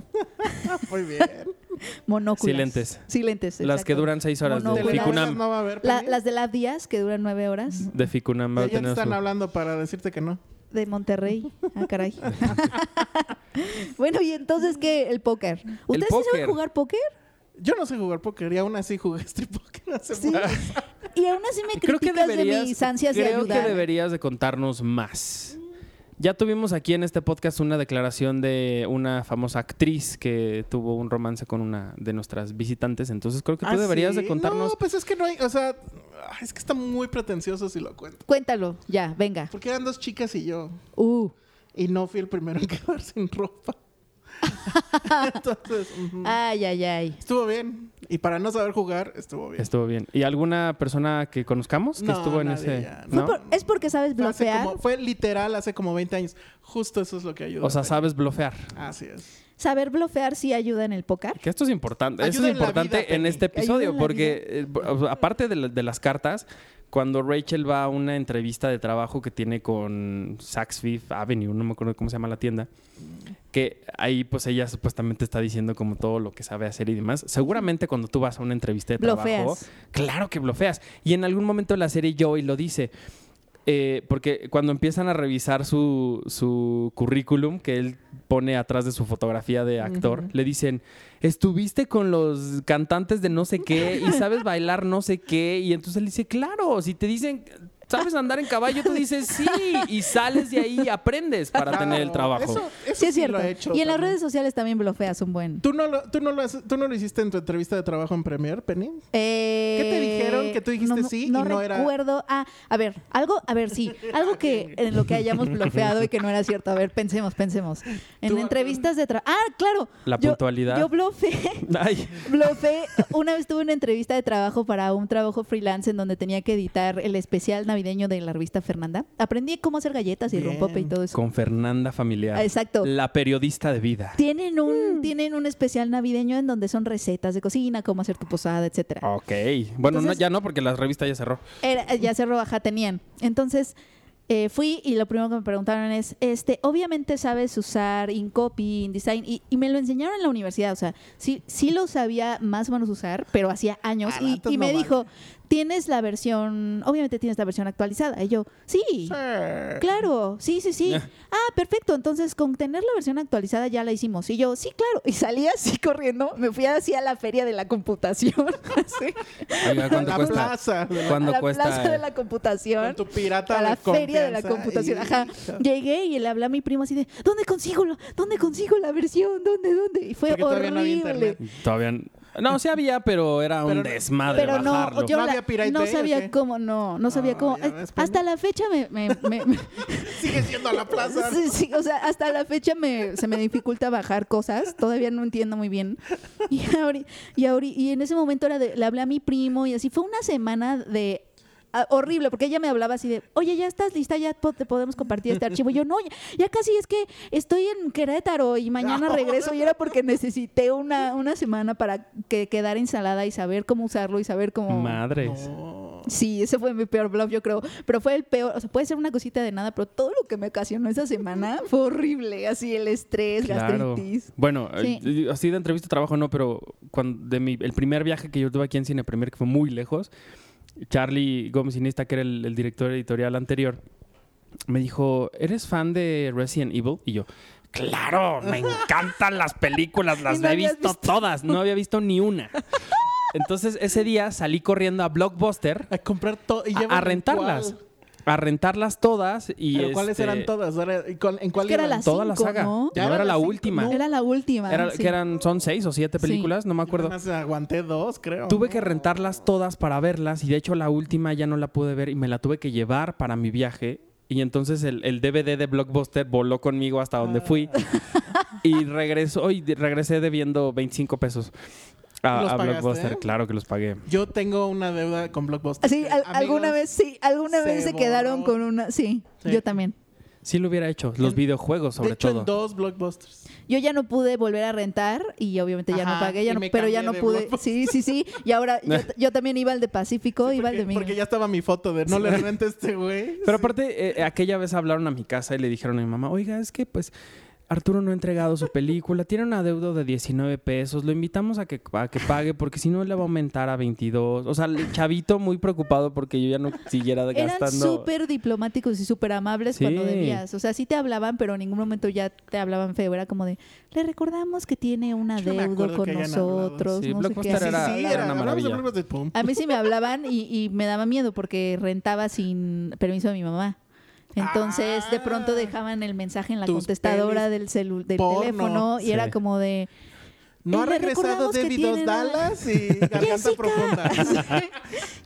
B: Ah, Muy bien.
C: monóculas.
A: Silentes.
C: Silentes,
A: Las que
C: exacto.
A: duran seis horas de
C: Monóculas.
B: Telenovelas
A: Ficunam.
B: no va a haber.
C: La-
B: Penny?
C: las de las días, que duran nueve horas,
A: De Ficunam va a
B: Ya te
A: tener
B: están
A: su-
B: hablando para decirte que no.
C: de Monterrey. Ah, caray. bueno, y entonces, ¿qué? El póker. ¿Ustedes sí
A: póker.
C: saben jugar póker?
B: Yo no sé jugar póker y aún así jugué este póker hace
C: Sí.
B: poco.
C: Y aún así me
A: Creo que
C: criticas de
A: deberías-
C: mis ansias de
A: creo
C: ayudar.
A: que deberías de contarnos más. Ya tuvimos aquí en este podcast una declaración de una famosa actriz que tuvo un romance con una de nuestras visitantes, entonces creo que tú
B: ¿Ah,
A: deberías
B: sí?
A: de contarnos
B: No, pues es que no hay, o sea, ah, es que está muy pretencioso si lo cuento.
C: Cuéntalo, ya, venga.
B: Porque eran dos chicas y yo.
C: Uh.
B: Y no fui el primero en quedar sin ropa. Entonces, ujú.
C: Ay, ay, ay.
B: estuvo bien. Y para no saber jugar, estuvo bien.
A: Estuvo bien. ¿Y alguna persona que conozcamos que
B: No,
A: estuvo en
B: nadie
A: ese?
B: ya,
C: Fue
A: ¿no?
C: por- es porque sabes
B: Fue hace
C: bloquear,
B: como- fue literal hace como 20 años. Justo eso es lo que ayuda.
A: O sea, sabes blofear.
B: Así es.
C: Saber bloquear sí ayuda en el póker.
A: Que esto es importante. Esto
B: Ayuda
A: es
B: en la
A: importante
B: vida,
A: en
B: Penny.
A: este episodio,
C: Ayuda en la
A: porque eh, b- o sea, aparte de, la- de las cartas, cuando Rachel va a una entrevista de trabajo que tiene con Saks Fifth Avenue, no me acuerdo cómo se llama la tienda, que ahí pues ella supuestamente está diciendo como todo lo que sabe hacer y demás. Seguramente cuando tú vas a una entrevista de trabajo,
C: Blofeas.
A: claro que blofeas. Y en algún momento de la serie Joey lo dice. Eh, porque cuando empiezan a revisar su, su currículum que él pone atrás de su fotografía de actor, le dicen, estuviste con los cantantes de no sé qué y sabes bailar no sé qué. Y entonces él dice, claro, si te dicen, ¿sabes andar en caballo? Tú dices, sí, y sales de ahí y aprendes para tener el
B: Claro,
A: trabajo.
B: Eso, eso
C: Sí, es
B: lo
C: cierto.
B: he hecho
C: y en las
B: también.
C: redes sociales también blofeas un buen.
B: ¿Tú no, lo, tú, no lo haces- ¿Tú no lo hiciste en tu entrevista de trabajo en Premier, Penny?
C: Eh,
B: ¿Qué te dijeron que tú dijiste
C: no, no-
B: sí y
C: no
B: no era?
C: recuerdo. Ah, a ver, algo, a ver, sí, algo que en lo que hayamos bloqueado y que no era cierto. A ver, pensemos, pensemos. En
B: Tú-
C: entrevistas de trabajo. Ah, claro.
A: La
C: Yo-
A: puntualidad.
C: Yo blofeé.
A: Ay,
C: Blofé, una vez tuve una entrevista de trabajo para un trabajo freelance en donde tenía que editar el especial navideño de la revista Fernanda. Aprendí cómo hacer galletas y
B: Bien.
C: rompope y todo eso.
A: con Fernanda Familiar.
C: Ah, exacto.
A: La periodista de vida.
C: Tienen un, tienen un especial navideño en donde son recetas de cocina, cómo hacer tu posada, etcétera.
A: Ok. Bueno, no,
C: Entonces-
A: ya no, porque la revista ya cerró.
C: Era- ya Cerro Baja tenían. Entonces eh, fui y lo primero que me preguntaron es, este, obviamente sabes usar InCopy, InDesign, y, y me lo enseñaron en la universidad, o sea, sí, sí lo sabía más o menos usar, pero hacía años,
B: Ah,
C: y,
B: entonces
C: y me
B: no vale.
C: dijo, tienes la versión, obviamente tienes la versión actualizada, y yo, sí. Claro, sí, sí, sí. Ah, perfecto. Entonces, con tener la versión actualizada ya la hicimos. Y yo, sí, claro. Y salí así corriendo. Me fui así a la feria de la computación. así.
A: Oiga, ¿cuánto
B: la
A: cuesta?
B: plaza. de la-
A: ¿Cuánto
C: a la
A: cuesta?
C: plaza de la
B: Con
C: computación.
B: tu pirata
C: A la
B: de
C: feria de la
B: confianza.
C: computación.
B: Y-
C: Ajá. Llegué y le hablé a mi primo así de, ¿dónde consigo la, dónde consigo la versión? ¿Dónde, dónde? Y fue
B: Porque todavía no había
C: horrible.
B: internet.
A: Todavía. n- No, sí había, pero era un
B: Pero no-
A: desmadre
C: pero no,
A: bajarlo.
C: yo
B: ¿No
C: la-
B: había Pirate
C: no
B: Bay o
C: sabía
B: qué?
C: cómo, no, no sabía
B: Ah,
C: cómo.
B: ya ves, pues,
C: Hasta la fecha me- me- me- me
B: Sigue siendo la plaza.
C: Sí, sí, o sea, hasta la fecha me, se me dificulta bajar cosas, todavía no entiendo muy bien. Y, ahori- y, ahori- y en ese momento era de- le hablé a mi primo y así fue una semana de ah, horrible, porque ella me hablaba así de, oye, ya estás lista, ya po- te podemos compartir este archivo. Y yo, no, ya, ya casi es que estoy en Querétaro y mañana regreso. Y era porque necesité una, una semana para que quedara instalada y saber cómo usarlo y saber cómo...
A: Madres.
B: No.
C: Sí, ese fue mi peor bluff, yo creo. Pero fue el peor, o sea, puede ser una cosita de nada, pero todo lo que me ocasionó esa semana fue horrible. Así el estrés,
A: Claro.
C: gastritis.
A: Bueno,
C: Sí.
A: eh, así de entrevista de trabajo no, pero cuando, de mi, el primer viaje que yo tuve aquí en Cine Premier, que fue muy lejos, Charlie Gómez Iniesta, que era el, el director editorial anterior, me dijo, ¿eres fan de Resident Evil? Y yo, claro, me encantan las películas, las
C: Y no
A: he
C: habías
A: visto,
C: visto.
A: todas, no había visto ni una. Entonces ese día salí corriendo a Blockbuster
B: A comprar todo. y
A: a-
B: llevan
A: a, rentarlas.
B: cuál.
A: A rentarlas todas y...
B: ¿Pero cuáles
A: este,
B: eran todas? Ahora, ¿y cuál- ¿En cuál
C: que era
B: iban?
C: las
A: Toda la
C: cinco,
A: saga.
C: ¿no?
A: Ya
B: Ya
A: era
B: eran
A: la
B: las cinco,
A: última.
B: ¿no?
C: Era la última.
A: Era-
C: sí.
A: Que eran, son seis o siete
C: Sí.
A: películas, no me acuerdo.
B: Nada más aguanté dos, creo.
A: Tuve que rentarlas todas para verlas y de hecho la última ya no la pude ver y me la tuve que llevar para mi viaje. Y entonces el, el DVD de Blockbuster voló conmigo hasta donde fui
B: Ah.
A: y regresó y de- regresé debiendo 25 pesos a,
B: ¿Los
A: a
B: pagaste?
A: Blockbuster. Claro que los pagué.
B: Yo tengo una deuda con Blockbuster.
C: Sí, al-
B: Amigos,
C: alguna vez, sí, alguna
B: se
C: vez se quedaron
B: borró.
C: con una. Sí,
B: Sí.
C: yo también.
A: Sí lo hubiera hecho. Los
B: En-
A: videojuegos, sobre
B: de hecho,
A: todo.
B: en dos blockbusters.
C: Yo ya no pude volver a rentar y obviamente ya no
B: Ajá,
C: pagué, ya
B: y
C: no-
B: me
C: pero ya
B: cambié
C: no
B: de
C: pude.
B: Blockbuster.
C: Sí, sí, sí. Y ahora yo, yo también iba al de Pacífico, iba al de
B: porque,
C: Mega.
B: porque ya estaba mi foto de no le rente a este güey.
A: Pero aparte, eh, aquella vez hablaron a mi casa y le dijeron a mi mamá, oiga, es que pues Arturo no ha entregado su película, tiene una deuda de 19 pesos, lo invitamos a que, a que pague porque si no le va a aumentar a 22. O sea, el chavito muy preocupado porque yo ya no siguiera
C: Eran
A: gastando.
C: súper diplomáticos y súper amables
A: Sí.
C: cuando debías. O sea, sí te hablaban, pero en ningún momento ya te hablaban feo. Era como de, le recordamos que tiene un
B: Yo no me
C: adeudo
B: acuerdo
C: con
B: que hayan
C: nosotros.
A: hablado. Sí,
C: no sé qué.
A: Blockbuster era-
B: sí, sí,
A: era
B: era,
A: una
B: hablamos
A: maravilla.
B: de películas de pum.
C: A mí sí me hablaban y, y me daba miedo porque rentaba sin permiso de mi mamá. Entonces, de pronto
B: Ah.
C: dejaban el mensaje en la
B: Tus
C: contestadora
B: pelis
C: del, celu- del
B: porno.
C: teléfono y
A: Sí.
C: era como de,
B: No ha
C: Y le
B: regresado
C: recordamos que
B: David Dos
C: tiene la-
B: Dallas y Garganta
C: Jessica.
B: Profunda.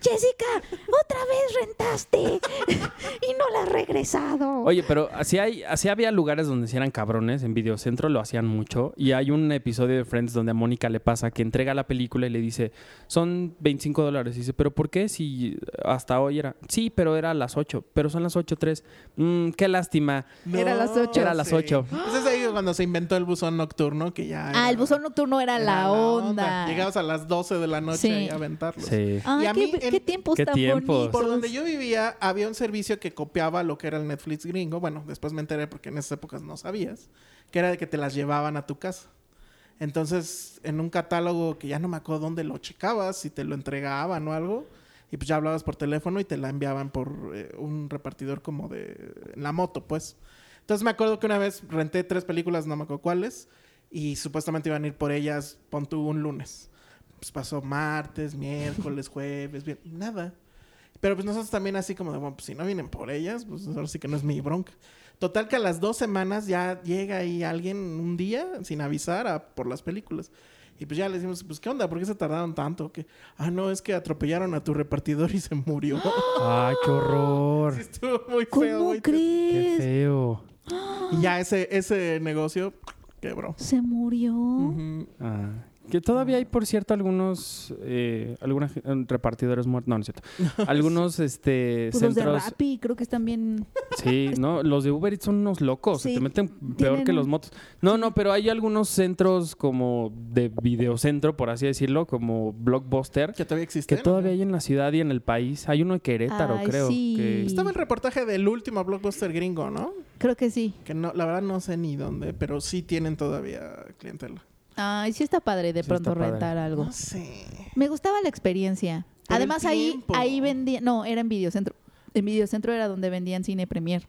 C: Jessica, otra vez rentaste y no la has regresado.
A: Oye, pero así, hay, así había lugares donde sí eran cabrones, en Videocentro lo hacían mucho, y hay un episodio de Friends donde a Mónica le pasa que entrega la película y le dice, son 25 dólares, y dice, pero ¿por qué si hasta hoy era? Sí, pero era a las 8, pero son las 8.03, mm, qué lástima.
C: Era a las ocho.
A: Era a las
B: sí.
A: ocho.
B: Pues es ahí cuando se inventó el buzón nocturno, que ya.
C: ah,
B: era-
C: el buzón nocturno era,
B: era
C: la onda.
B: Llegabas a las 12 de la noche
C: Sí.
B: ahí a aventarlos.
A: Sí.
C: Ay,
B: Y a
C: qué,
B: mí
C: qué
B: en-
C: tiempos
A: Qué
C: tan
A: tiempos.
C: bonitos.
B: Por donde yo vivía había un servicio que copiaba lo que era el Netflix gringo. Bueno, después me enteré porque en esas épocas no sabías. Que era de que te las llevaban a tu casa. Entonces, en un catálogo que ya no me acuerdo dónde lo checabas, si te lo entregaban o algo. Y pues ya hablabas por teléfono y te la enviaban por eh, un repartidor como de... en la moto, pues. Entonces me acuerdo que una vez renté tres películas, no me acuerdo cuáles. Y supuestamente iban a ir por ellas, pon tú, un lunes. Pues pasó martes, miércoles, jueves, bien, nada. Pero pues nosotros también así como de, bueno, pues si no vienen por ellas, pues ahora sí que no es mi bronca. Total que a las dos semanas ya llega ahí alguien un día sin avisar a- por las películas. Y pues ya le decimos, pues ¿qué onda? ¿Por qué se tardaron tanto? que Ah, no, es que atropellaron a tu repartidor y se murió.
A: Ay, qué horror.
B: Sí, Estuvo muy feo.
C: ¿Cómo
B: muy triste.
A: Qué
C: crees?
A: feo.
B: Y ya ese, ese negocio quebró.
C: Se murió.
B: Ujú.
A: Ah, Que todavía hay, por cierto, algunos eh, alguna ge- eh, repartidores muertos. No, no es cierto. Algunos este,
C: Pues los de
A: centros.
C: Rappi creo que están bien.
A: Sí, no, los de Uber Eats son unos locos, se
C: Sí,
A: te meten peor que
C: tienen-
A: los motos. No, no, pero hay algunos centros como de videocentro, por así decirlo, como Blockbuster,
B: Que todavía existe.
A: que todavía hay en la ciudad y en el país. Hay uno en Querétaro,
C: Ay,
A: creo.
C: sí.
A: que-
B: Pues, Estaba el reportaje del último blockbuster gringo, ¿no?
C: Creo que sí.
B: Que no, la verdad no sé ni dónde, pero sí tienen todavía clientela.
C: Ay, sí está padre
A: Sí
C: de
A: está
C: pronto
A: padre.
C: rentar algo.
B: No sé.
C: Me gustaba la experiencia.
B: Pero el
C: Además ahí
B: tiempo.
C: ahí vendía, no, era en videocentro. En videocentro era donde vendían cine premier.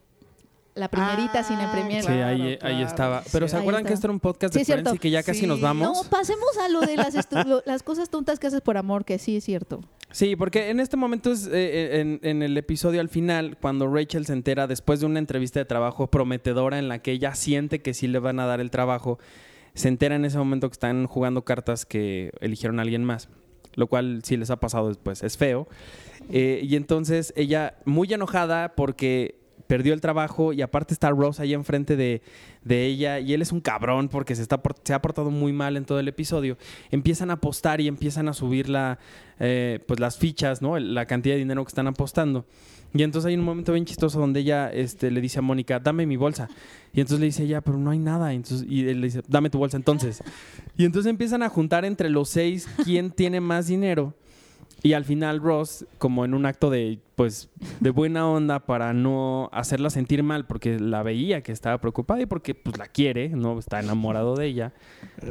C: La primerita
B: Ah,
C: cine premier.
A: Sí, ahí,
B: Claro,
A: ahí
B: claro,
A: estaba. Pero
B: sí.
A: ¿se
C: Ahí
A: acuerdan que
C: estaba.
A: esto era un podcast
C: Sí,
A: de
C: es cierto.
A: Friends y que ya casi
B: Sí.
A: nos vamos?
C: No, pasemos a lo de las, estu- lo- las cosas tontas que haces por amor, que sí es cierto.
A: Sí, porque en este momento es eh, en, en el episodio al final, cuando Rachel se entera después de una entrevista de trabajo prometedora en la que ella siente que sí le van a dar el trabajo, se entera en ese momento que están jugando cartas que eligieron a alguien más, lo cual sí les ha pasado después, es feo. Eh, y entonces ella muy enojada porque perdió el trabajo y aparte está Rose ahí enfrente de, de ella y él es un cabrón porque se, está, por- se ha portado muy mal en todo el episodio. Empiezan a apostar y empiezan a subir la, eh, pues las fichas, ¿no? El- La cantidad de dinero que están apostando. Y entonces hay un momento bien chistoso donde ella este, le dice a Mónica, dame mi bolsa. Y entonces le dice ella, pero no hay nada. Entonces, y él le dice, dame tu bolsa entonces. Y entonces empiezan a juntar entre los seis quién tiene más dinero. Y al final Ross, como en un acto de, pues, de buena onda para no hacerla sentir mal, porque la veía que estaba preocupada y porque pues la quiere, no está enamorado de ella,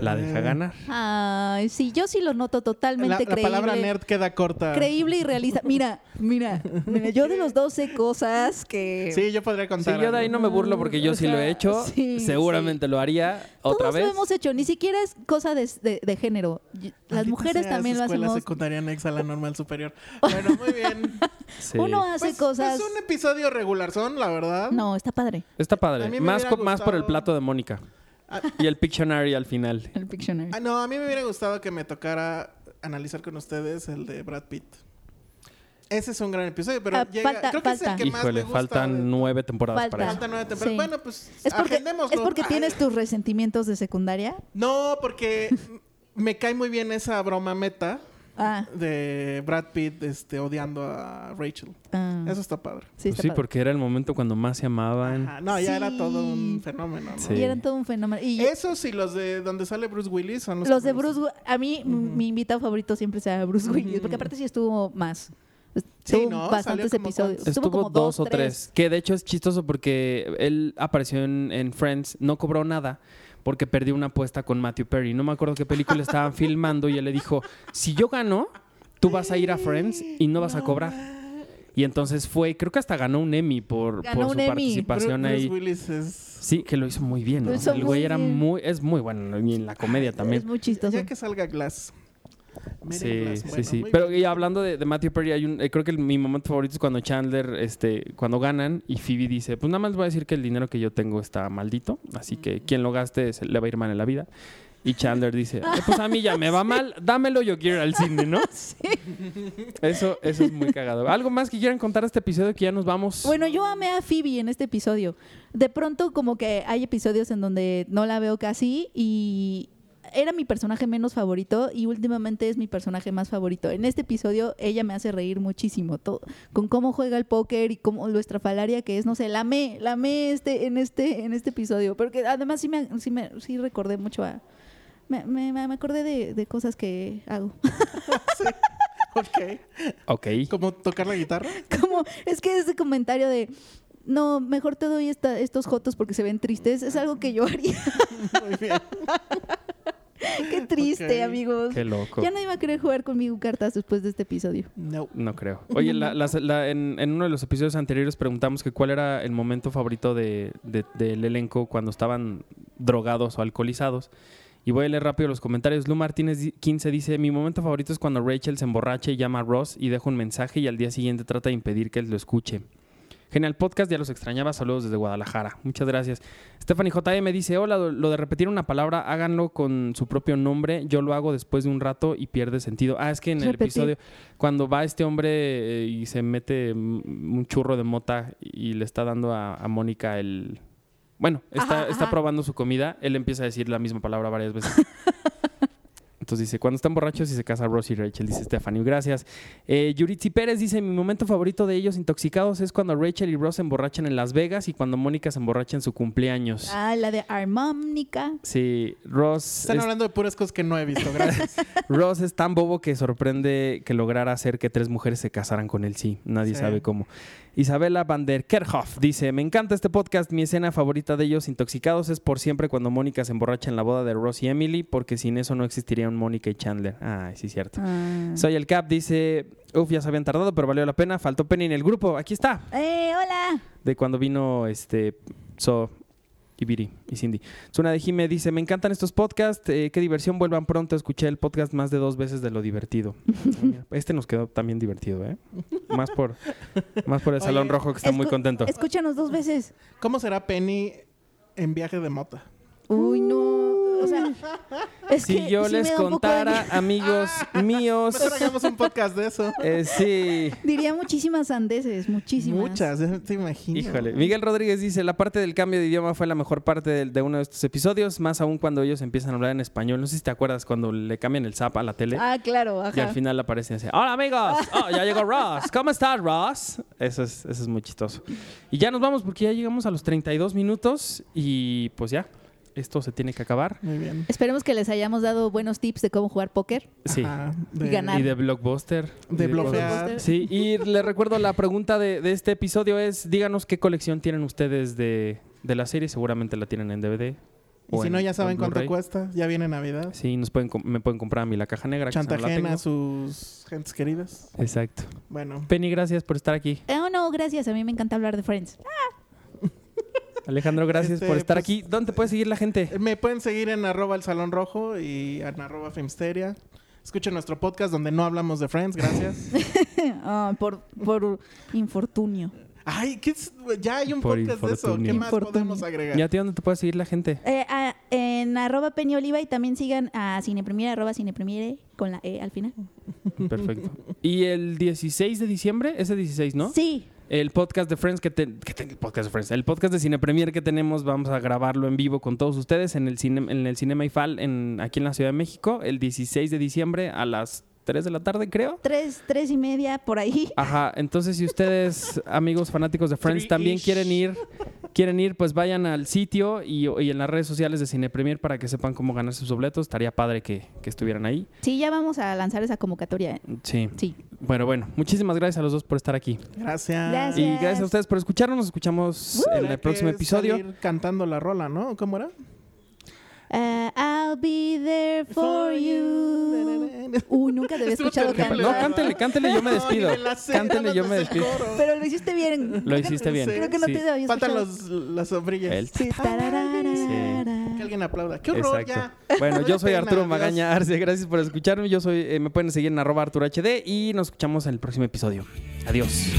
A: la deja ganar.
C: Ay, sí, yo sí lo noto
B: La, la
C: totalmente creíble.
B: palabra nerd queda corta.
C: Creíble y realista. Mira, mira, mira, yo de los 12 cosas que
B: Sí, yo podría
A: Sí,
B: contar.
A: yo de ahí no me burlo porque yo
C: O
A: sí lo he
C: sea,
A: hecho.
C: sí,
A: Seguramente lo haría otra
C: Todos
A: vez.
C: lo hemos hecho, ni siquiera es cosa de, de- de género. Y- Las mujeres también lo
B: escuela
C: hacemos.
B: secundaria anexa a la normal superior. Bueno, muy bien.
A: Sí.
C: Uno hace
B: Pues,
C: cosas.
B: Es un episodio regular, son, la verdad.
C: No, está padre.
A: Está
B: A
A: padre.
B: mí me
A: Más,
B: hubiera
A: co- más por el
B: gustado-
A: plato de Mónica.
B: Ah.
A: Y el Pictionary al final.
C: El Pictionary.
B: Ah, no, a mí me hubiera gustado que me tocara analizar con ustedes el de Brad Pitt. Ese es un gran episodio, pero
C: Ah,
B: llega-
C: falta-
B: creo que es el
C: falta.
B: que más me
A: Híjole,
B: gusta.
A: faltan
B: de-
A: nueve temporadas
C: Falta.
A: para eso.
B: faltan nueve temporadas.
C: Sí.
B: Bueno, pues
C: Es porque,
B: agendémoslo.
C: es porque
B: Ay,
C: tienes tus resentimientos de secundaria.
B: No, porque me cae muy bien esa broma meta
C: Ah,
B: de Brad Pitt este, odiando a Rachel.
C: ah.
B: Eso está padre.
C: Sí, está
A: Pues sí,
C: padre.
A: porque era el momento cuando más se amaban.
B: Ajá. No, ya
C: Sí.
B: era todo un fenómeno. ¿no?
A: Sí.
C: Y eran todo un fenómeno. Y
B: Eso sí, los de donde sale Bruce Willis son los,
C: los
B: que
C: de
B: me
C: Bruce, Wi- a mí m-
B: Ujú.
C: mi invitado favorito siempre será Bruce Willis,
B: Ujú.
C: porque aparte sí estuvo más.
B: Sí,
C: Estuvo
B: ¿no? Salió
C: bastantes
B: como
C: episodios.
B: cuántos.
A: Estuvo dos o tres. Que de hecho es chistoso porque él apareció en, en Friends, no cobró nada porque perdió una apuesta con Matthew Perry. No me acuerdo qué película estaban filmando y él le dijo, si yo gano, tú vas a ir a Friends y no vas a cobrar. Y entonces fue, creo que hasta ganó un Emmy por,
C: Ganó
A: por su
C: un Emmy.
B: Bru-
A: participación
B: Bruce
A: ahí.
B: Willis es.
A: Sí, que lo hizo muy bien.
C: Lo
A: ¿no?
C: hizo
A: El güey
C: muy
A: era
C: bien. Ah,
A: muy, es muy bueno y en la comedia también.
C: Es muy chistoso.
B: Ya que salga Glass. Miren
A: Sí,
B: Glass,
A: sí,
B: bueno,
A: sí.
B: muy
A: Pero
B: bien.
A: y hablando de, de Matthew Perry, hay un, eh, creo que el- mi momento favorito es cuando Chandler, este, cuando ganan y Phoebe dice, pues nada más voy a decir que el dinero que yo tengo está maldito, así que quien lo gaste se le va a ir mal en la vida. Y Chandler dice, "Eh, pues a mí ya me va mal, dámelo, yo quiero ir al cine, ¿no? Eso, eso es muy cagado. ¿Algo más que quieran contar de este episodio que ya nos vamos?
C: Bueno, yo amé a Phoebe en este episodio. De pronto como que hay episodios en donde no la veo casi y era mi personaje menos favorito y últimamente es mi personaje más favorito. En este episodio ella me hace reír muchísimo todo, con cómo juega el póker y cómo lo estrafalaria que es, no sé, la amé, la amé este, en, este, en este episodio, porque además sí, me, sí, me, sí recordé mucho a... Me, me- me acordé de, de cosas que hago.
B: Ok.
A: Ok.
B: Como tocar la guitarra.
C: como es que ese comentario de no, mejor te doy esta- estos jotos porque se ven tristes, es algo que yo haría.
B: Muy bien.
C: Qué triste,
B: Ok.
C: amigos.
A: Qué loco.
C: Ya no iba a querer jugar conmigo cartas después de este episodio.
B: No.
A: No creo. Oye, la- las- la- en, en uno de los episodios anteriores preguntamos que cuál era el momento favorito de- de- del elenco cuando estaban drogados o alcoholizados. Y voy a leer rápido los comentarios. Lu Martínez di- 15 dice, mi momento favorito es cuando Rachel se emborracha y llama a Ross y deja un mensaje y al día siguiente trata de impedir que él lo escuche. Genial podcast, ya los extrañaba. Saludos desde Guadalajara. Muchas gracias. Stephanie JM dice, hola, lo- lo de repetir una palabra, háganlo con su propio nombre. Yo lo hago después de un rato y pierde sentido. Ah, es que en el
C: Repetir.
A: episodio, cuando va este hombre eh, y se mete mm, un churro de mota y le está dando a, a Mónica el... Bueno, está,
C: Ajá,
A: está
C: ajá.
A: probando su comida, él empieza a decir la misma palabra varias veces. Entonces dice, cuando están borrachos y se casa Ross y Rachel, dice Stephanie, gracias. Eh, Yuritsi Pérez dice, mi momento favorito de ellos intoxicados es cuando Rachel y Ross se emborrachan en Las Vegas y cuando Mónica se emborracha en su cumpleaños.
C: Ah, la de Armónica.
A: Sí, Ross
B: Están
A: es,
B: hablando de puras cosas que no he visto. Gracias.
A: Ross es tan bobo que sorprende que lograra hacer que tres mujeres se casaran con él, sí. Nadie
B: Sí.
A: sabe cómo. Isabela van der Kerhoff dice, me encanta este podcast, mi escena favorita de ellos intoxicados es por siempre cuando Mónica se emborracha en la boda de Ross y Emily, porque sin eso no existirían Mónica y Chandler. Ay, sí, cierto.
C: Ah.
A: Soy el Cap, dice, uf, ya se habían tardado, pero valió la pena, faltó Penny en el grupo, aquí está,
C: Eh, hola.
A: de cuando vino este So y Viri y Cindy. Zuna de Jime dice, me encantan estos podcasts, eh, qué diversión, vuelvan pronto, escuché el podcast más de dos veces de lo divertido. este nos quedó también divertido, ¿eh? Más por, más por el
B: Oye,
A: Salón Rojo que está muy
C: Escu-
A: contento.
C: Escúchanos dos veces.
B: ¿Cómo será Penny en viaje de mota?
C: Uy, no. O sea, es
A: Si
C: que
A: yo
C: sí me
A: les
C: da un poco de Ah,
A: contara, amigos míos,
B: Mejor hagamos un podcast de eso.
A: eh, sí.
C: miedo. Diría muchísimas sandeces, muchísimas.
B: Muchas, ya te imagino.
A: Híjole. Miguel Rodríguez dice, la parte del cambio de idioma fue la mejor parte del- de, uno de estos episodios, más aún cuando ellos empiezan a hablar en español. No sé si te acuerdas cuando le cambian el zap a la tele.
C: Ah, claro,
A: Y
C: ajá.
A: al final aparece así, hola amigos, oh, ya llegó Ross, ¿cómo estás Ross? Eso es, eso es muy chistoso. Y ya nos vamos porque ya llegamos a los 32 minutos y pues ya, esto se tiene que acabar.
B: Muy bien.
C: Esperemos que les hayamos dado buenos tips de cómo jugar póker.
A: Sí.
B: Ajá, de-
C: Y ganar.
A: Y de blockbuster. y cosas.
B: De bloquear.
A: Sí, y le recuerdo la pregunta de, de este episodio es, díganos qué colección tienen ustedes de, de la serie, seguramente la tienen en DVD.
B: Y
A: o
B: si
A: en-
B: no,
A: o
B: ya
A: en
B: saben cuánto
A: Blu-ray.
B: cuesta. Ya viene Navidad.
A: Sí, nos pueden, com- me pueden comprar a mí la caja negra. que esa no la
B: Chantajean a
A: tengo.
B: sus gentes queridas.
A: Exacto.
B: Bueno,
A: Penny, gracias por estar aquí.
C: Oh, no, gracias. A mí me encanta hablar de Friends.
A: Alejandro, gracias
B: Este,
A: por estar
B: pues,
A: aquí. ¿Dónde te puede seguir la gente?
B: eh, me pueden seguir en arroba el salón rojo y en arroba filmsteria. Escuchen nuestro podcast donde no hablamos de Friends, gracias.
C: Ah, por, por infortunio.
B: Ay, ¿qué es? ya hay un
A: Por
B: podcast de eso. ¿Qué
A: infortunio.
B: más
C: Infortunio.
B: podemos agregar?
A: ¿Y a ti dónde te puede seguir la gente?
C: Eh, a- en arroba Peña Oliva y también sigan a Cinepremiere, arroba Cinepremiere con la E al final.
A: Perfecto. Y el 16 de diciembre, ese 16, ¿no?
C: Sí,
A: El podcast de Friends que, te- que te- el podcast de Friends, el podcast de Cine Premier que tenemos, vamos a grabarlo en vivo con todos ustedes en el cine, en el Cinema Ifal en aquí en la Ciudad de México el 16 de diciembre a las 3 de la tarde, creo.
C: Tres, tres y media por ahí.
A: Ajá, entonces si ustedes, amigos fanáticos de Friends, también
B: Three-ish.
A: quieren ir, quieren ir, pues vayan al sitio y, y en las redes sociales de Cine Premier para que sepan cómo ganar sus boletos. Estaría padre que, que estuvieran ahí.
C: Sí, ya vamos a lanzar esa convocatoria. ¿eh?
A: Sí.
C: Sí.
A: Bueno, bueno, muchísimas gracias a los dos por estar aquí.
B: Gracias.
C: Gracias.
A: Y gracias a ustedes por escucharnos. Nos escuchamos en
B: Habrá
A: el próximo
B: que
A: episodio.
B: salir cantando la rola, ¿no? ¿Cómo era?
C: Ah, I'll be there for you. Uy, nunca te había
B: Estuvo
C: escuchado
B: terrible,
C: cantar.
A: No, cántele, cántele, yo me
B: No,
A: despido.
B: ni me la sé,
A: Cántele,
B: nada
A: yo
B: más
A: me
B: es el
A: despido.
B: coro.
C: Pero lo hiciste bien.
A: Lo hiciste bien.
C: Creo que no
A: Sí.
C: te había
B: Faltan
C: escuchado.
B: los, las sombrillas.
A: El-
C: Sí, tararara.
B: Que alguien aplauda. ¡Qué horror
A: Exacto.
B: ya!
A: Bueno, yo soy
B: Qué pena,
A: Arturo
B: Dios.
A: Magaña Arce. Gracias por escucharme. Yo soy, eh, me pueden seguir en arroba Arturo HD y nos escuchamos en el próximo episodio. Adiós.